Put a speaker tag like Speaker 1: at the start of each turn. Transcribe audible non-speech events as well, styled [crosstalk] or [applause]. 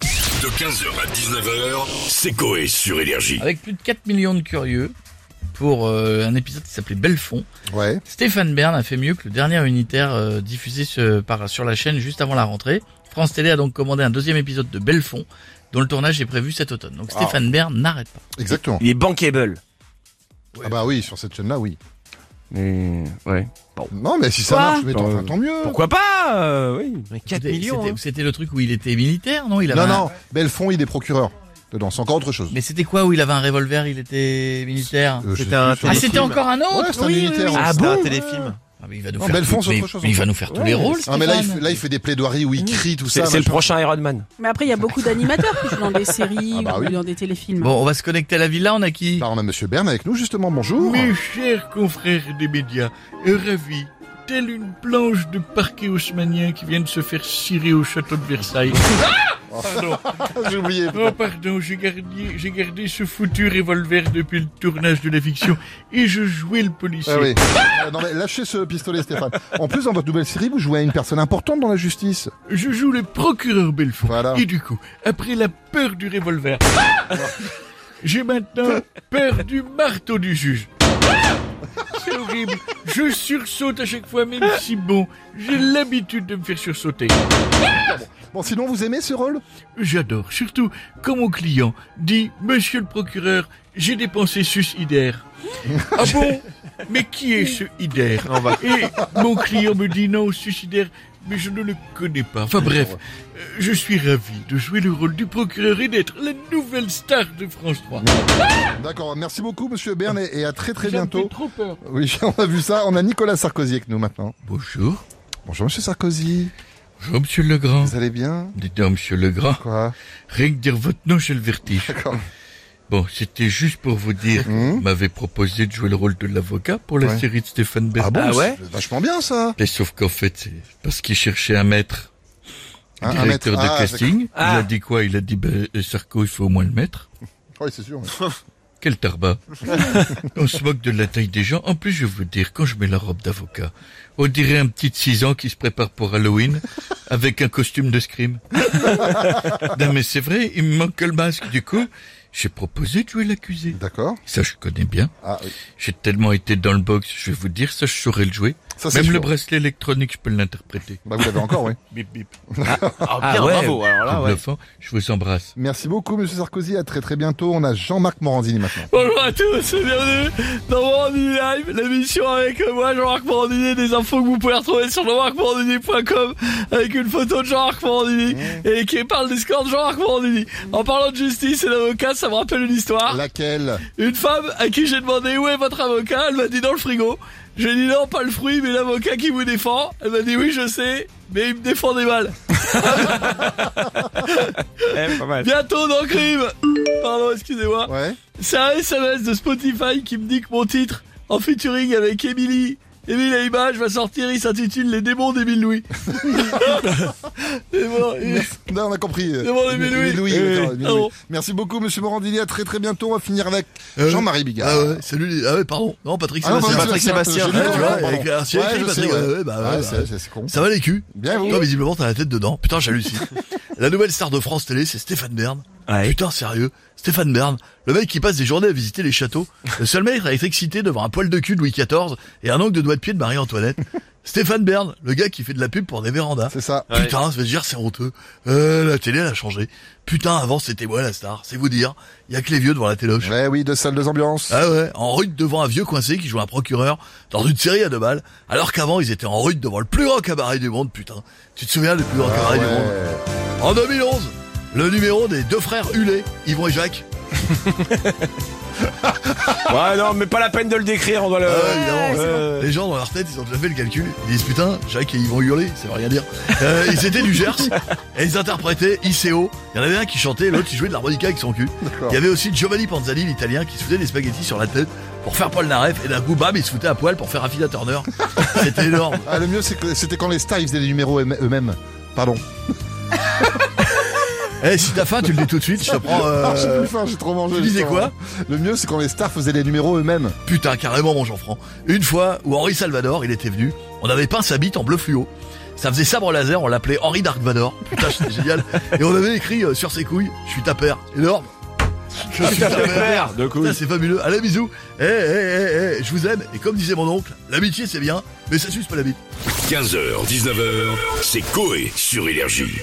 Speaker 1: De 15h à 19h, c'est Coé sur Énergie.
Speaker 2: Avec plus de 4 millions de curieux pour euh, un épisode qui s'appelait Belfond,
Speaker 3: Ouais.
Speaker 2: Stéphane Bern a fait mieux que le dernier unitaire euh, diffusé ce- par- sur la chaîne juste avant la rentrée. France Télé a donc commandé un deuxième épisode de Belfond dont le tournage est prévu cet automne. Donc Stéphane Bern n'arrête pas.
Speaker 3: Exactement.
Speaker 4: Il est bankable.
Speaker 3: Ah bah oui, sur cette chaîne-là, oui.
Speaker 4: Mais ouais.
Speaker 3: Non, mais si ça
Speaker 4: Quoi
Speaker 3: marche, mais tant,
Speaker 4: Euh,
Speaker 3: enfin, tant mieux.
Speaker 4: Pourquoi pas euh, Oui. Mais 4
Speaker 2: C'était-
Speaker 4: millions.
Speaker 2: c'était-
Speaker 4: hein.
Speaker 2: C'était le truc où il était militaire, non il avait
Speaker 3: non,
Speaker 2: un-
Speaker 3: non, Belfond, il est procureur dedans. C'est encore autre chose.
Speaker 2: Mais c'était quoi où il avait un revolver, il était militaire
Speaker 3: Euh, je
Speaker 4: C'était
Speaker 3: sais
Speaker 4: un
Speaker 3: plus sur
Speaker 2: Ah
Speaker 3: le-
Speaker 2: c'était
Speaker 4: film.
Speaker 2: encore un autre
Speaker 3: Ouais, c'est un
Speaker 2: Oui, oui, oui.
Speaker 3: militaire.
Speaker 4: Ah
Speaker 3: ouais.
Speaker 4: bon
Speaker 5: C'était un téléfilm.
Speaker 2: Ah, mais il va nous
Speaker 3: Non,
Speaker 2: faire,
Speaker 3: Belfond,
Speaker 2: tout-
Speaker 3: c'est
Speaker 2: mais-
Speaker 3: autre chose.
Speaker 2: mais il va nous faire tous
Speaker 4: Ouais,
Speaker 2: les rôles.
Speaker 3: Ah, mais là, il
Speaker 2: Stéphane.
Speaker 3: fait, là, il fait des plaidoiries où il crie tout
Speaker 4: C'est
Speaker 3: ça.
Speaker 4: c'est le
Speaker 3: machin.
Speaker 4: prochain Iron Man.
Speaker 6: Mais après, il y a beaucoup d'animateurs qui jouent dans des séries
Speaker 3: Ah bah
Speaker 6: ou
Speaker 3: oui.
Speaker 6: dans des téléfilms.
Speaker 2: Bon, on va se connecter à la villa, on a qui
Speaker 3: Là, on a Monsieur Bern avec nous, justement. Bonjour.
Speaker 7: Mes chers confrères des médias, ravis, telle une planche de parquet haussmanien qui vient de se faire cirer au château de
Speaker 3: [laughs]
Speaker 7: Versailles. Ah Pardon,
Speaker 3: J'ai oublié.
Speaker 7: oh pardon, j'ai gardé, j'ai gardé ce foutu revolver depuis le tournage de la fiction et je jouais le policier.
Speaker 3: Ah oui. Ah, non, mais lâchez ce pistolet, Stéphane. En plus, dans votre nouvelle série, vous jouez à une personne importante dans la justice.
Speaker 7: Je joue le procureur Belfort.
Speaker 3: Voilà. Ah
Speaker 7: Et du coup, après la peur du revolver, j'ai maintenant peur du marteau du juge. C'est horrible. Je sursaute à chaque fois, même si bon, j'ai l'habitude de me faire sursauter.
Speaker 3: Bon, sinon, vous aimez ce rôle
Speaker 7: J'adore, surtout quand mon client dit Monsieur le procureur, j'ai dépensé sus IDER.
Speaker 3: [laughs]
Speaker 7: Ah bon Mais qui est ce IDER Et mon client me dit non, sus IDER, mais je ne le connais pas. Enfin bref, euh, je suis ravi de jouer le rôle du procureur et d'être la nouvelle star de France 3.
Speaker 3: D'accord. Merci beaucoup, Monsieur Bern, et et à très très
Speaker 7: Ça me fait
Speaker 3: bientôt.
Speaker 7: trop peur.
Speaker 3: Oui, [laughs] on a vu ça. On a Nicolas Sarkozy avec nous maintenant.
Speaker 2: Bonjour.
Speaker 3: Bonjour, Monsieur Sarkozy.
Speaker 2: Bonjour, monsieur Legrand.
Speaker 3: Vous allez bien
Speaker 2: Dites-donc, monsieur Legrand,
Speaker 3: Quoi
Speaker 2: rien que dire votre nom, j'ai le vertige.
Speaker 3: D'accord.
Speaker 2: Bon, c'était juste pour vous dire
Speaker 3: Hmm
Speaker 2: qu'on m'avait proposé de jouer le rôle de l'avocat pour la
Speaker 3: Ouais.
Speaker 2: série de Stéphane Bern.
Speaker 3: Ah bon
Speaker 4: Ah ouais
Speaker 3: c'est Vachement bien ça.
Speaker 2: Mais sauf qu'en fait, c'est parce qu'il cherchait un maître,
Speaker 3: Un- un
Speaker 2: directeur
Speaker 3: mètre-
Speaker 2: de
Speaker 3: ah,
Speaker 2: casting.
Speaker 4: Ah.
Speaker 2: Il a dit quoi Il a dit, ben, euh, Sarko, il faut au moins le maître.
Speaker 3: d'accord. Oui, c'est sûr. oui.
Speaker 2: Quel tarbat On se moque de la taille des gens. En plus, je veux dire, quand je mets la robe d'avocat, on dirait un petit de 6 ans qui se prépare pour Halloween avec un costume de scream.
Speaker 3: [laughs]
Speaker 2: non mais c'est vrai, il me manque que le masque. Du coup, j'ai proposé de jouer l'accusé.
Speaker 3: [laughs] D'accord.
Speaker 2: Ça, je connais bien.
Speaker 3: Ah, oui.
Speaker 2: J'ai tellement été dans le box, je vais vous dire, ça, je saurais le jouer.
Speaker 3: Ça, c'est
Speaker 2: Même
Speaker 3: sûr.
Speaker 2: le bracelet électronique, je peux l'interpréter.
Speaker 3: Bah, vous l'avez encore,
Speaker 2: [laughs]
Speaker 3: oui.
Speaker 7: Bip bip.
Speaker 5: Ah,
Speaker 4: Ah
Speaker 5: bien,
Speaker 4: ouais.
Speaker 5: bravo. Alors là,
Speaker 2: Comme
Speaker 5: ouais.
Speaker 2: le fond, je vous embrasse.
Speaker 3: Merci beaucoup, Monsieur Sarkozy. À très très bientôt. On a Jean-Marc Morandini maintenant.
Speaker 4: Bonjour à tous, et bienvenue dans Morandini Live, l'émission avec moi, Jean-Marc Morandini, des infos que vous pouvez retrouver sur jean-marc-morandini.com avec une photo de Jean-Marc Morandini et qui est par le Discord Jean-Marc Morandini. En parlant de justice et d'avocat, ça me rappelle une
Speaker 2: Ah.
Speaker 4: histoire.
Speaker 3: Laquelle
Speaker 4: Une femme à qui j'ai demandé où est votre avocat, elle m'a dit dans le frigo. J'ai dit non, pas le fruit, mais l'avocat qui vous défend. Elle m'a dit oui, je sais, mais il me défend des balles. Bientôt dans Crime Pardon, excusez-moi.
Speaker 3: Ouais.
Speaker 4: C'est un SMS de Spotify qui me dit que mon titre, en featuring avec Emily, Emily à Image, va sortir, il s'intitule Les démons d'Emile
Speaker 2: [laughs]
Speaker 4: Louis. Et bon, et-
Speaker 3: Merci. Non, on a compris.
Speaker 4: Demandez
Speaker 3: Mi-
Speaker 4: Milouis.
Speaker 3: Mi- Louis,
Speaker 4: Oui,
Speaker 3: d'accord,
Speaker 4: oui.
Speaker 2: Eh,
Speaker 3: Mi-
Speaker 4: Ah
Speaker 3: Louis.
Speaker 4: bon.
Speaker 3: Merci beaucoup, Monsieur Morandini. À très très bientôt. On va finir avec
Speaker 2: oh. Euh,
Speaker 3: Jean-Marie Bigard.
Speaker 2: salut les... Ah ouais, pardon. Non, Patrick
Speaker 3: Ah non,
Speaker 5: Sébastien.
Speaker 3: pardon, c'est
Speaker 5: Patrick Sébastien.
Speaker 3: j'ai lu,
Speaker 5: Ouais,
Speaker 3: tu vois, pardon.
Speaker 2: avec un siècle,
Speaker 3: Ouais, je
Speaker 2: Patrick,
Speaker 3: sais,
Speaker 2: ouais,
Speaker 3: ouais.
Speaker 2: ouais, bah,
Speaker 3: Ouais,
Speaker 2: ouais,
Speaker 3: c'est- c'est- c'est con.
Speaker 2: Ça va les culs
Speaker 3: Bien vous.
Speaker 2: Toi, visiblement, t'as la tête dedans. Putain, j'hallucine. la nouvelle star de France Télé, c'est Stéphane Bern. Putain, sérieux. Stéphane Bern, le mec qui passe des journées à visiter les châteaux. Le seul mec à être excité devant un poil de cul de Louis XIV et un ongle de doigt de pied de Marie-Antoinette. Stéphane Bern, le gars qui fait de la pub pour des vérandas.
Speaker 3: C'est ça.
Speaker 5: Ouais.
Speaker 2: Putain, ça veut dire c'est honteux. Euh, la télé, elle a changé. Putain, avant, c'était moi la star. C'est vous dire. Y a que les vieux devant la téloche.
Speaker 3: Ouais, oui, deux salles, deux ambiances.
Speaker 2: Ah ouais, en rude devant un vieux coincé qui joue un procureur dans une série à deux balles, alors qu'avant ils étaient en rude devant le plus grand cabaret du monde, putain. Tu te souviens du plus grand
Speaker 3: Ah
Speaker 2: cabaret du monde
Speaker 3: ouais.
Speaker 2: En 2011, le numéro des deux frères Hulé, Yvon et Jacques.
Speaker 4: Ouais, non, mais pas la peine de le décrire, on doit le.
Speaker 2: Ah ouais, évidemment. [laughs]
Speaker 4: Euh,
Speaker 2: Les gens dans leur tête, ils ont déjà fait le calcul. Ils disent putain, Jacques et Yvon hurler, ça veut rien dire. Euh, ils étaient du Gers et ils interprétaient ICO. Il y en avait un qui chantait, l'autre qui jouait de l'harmonica avec son cul.
Speaker 3: D'accord.
Speaker 2: Il y avait aussi Giovanni Panzani, l'italien, qui se foutait des spaghettis sur la tête pour faire Paul Naref et d'un coup, bam, il se foutait à poil pour faire Affida
Speaker 3: [laughs]
Speaker 2: Turner. C'était énorme.
Speaker 3: Ah, le mieux, c'est que c'était quand les stars ils faisaient les numéros eux- eux-mêmes. Pardon.
Speaker 2: Eh, si t'as faim, tu le dis tout de suite, je te prends.
Speaker 3: Ah, j'ai
Speaker 2: Euh...
Speaker 3: plus faim, j'ai trop mangé.
Speaker 2: tu disais
Speaker 3: justement. Le mieux, c'est quand les stars faisaient les numéros eux-mêmes.
Speaker 2: Putain, carrément, mon Jean-Franc. Une fois où Henri Salvador, il était venu, on avait peint sa bite en bleu fluo. Ça faisait sabre laser, on l'appelait Henri Dark Vador. Putain, c'était génial. Et on avait écrit euh, sur ses couilles, je suis ta père. Énorme. Je suis ta père.
Speaker 5: de
Speaker 2: Putain, c'est fabuleux. Allez, bisous. Eh, eh, eh, eh, je vous aime. Et comme disait mon oncle, l'amitié c'est bien, mais ça suce pas la bite.
Speaker 1: 15h, 19h, c'est Coé sur Énergie.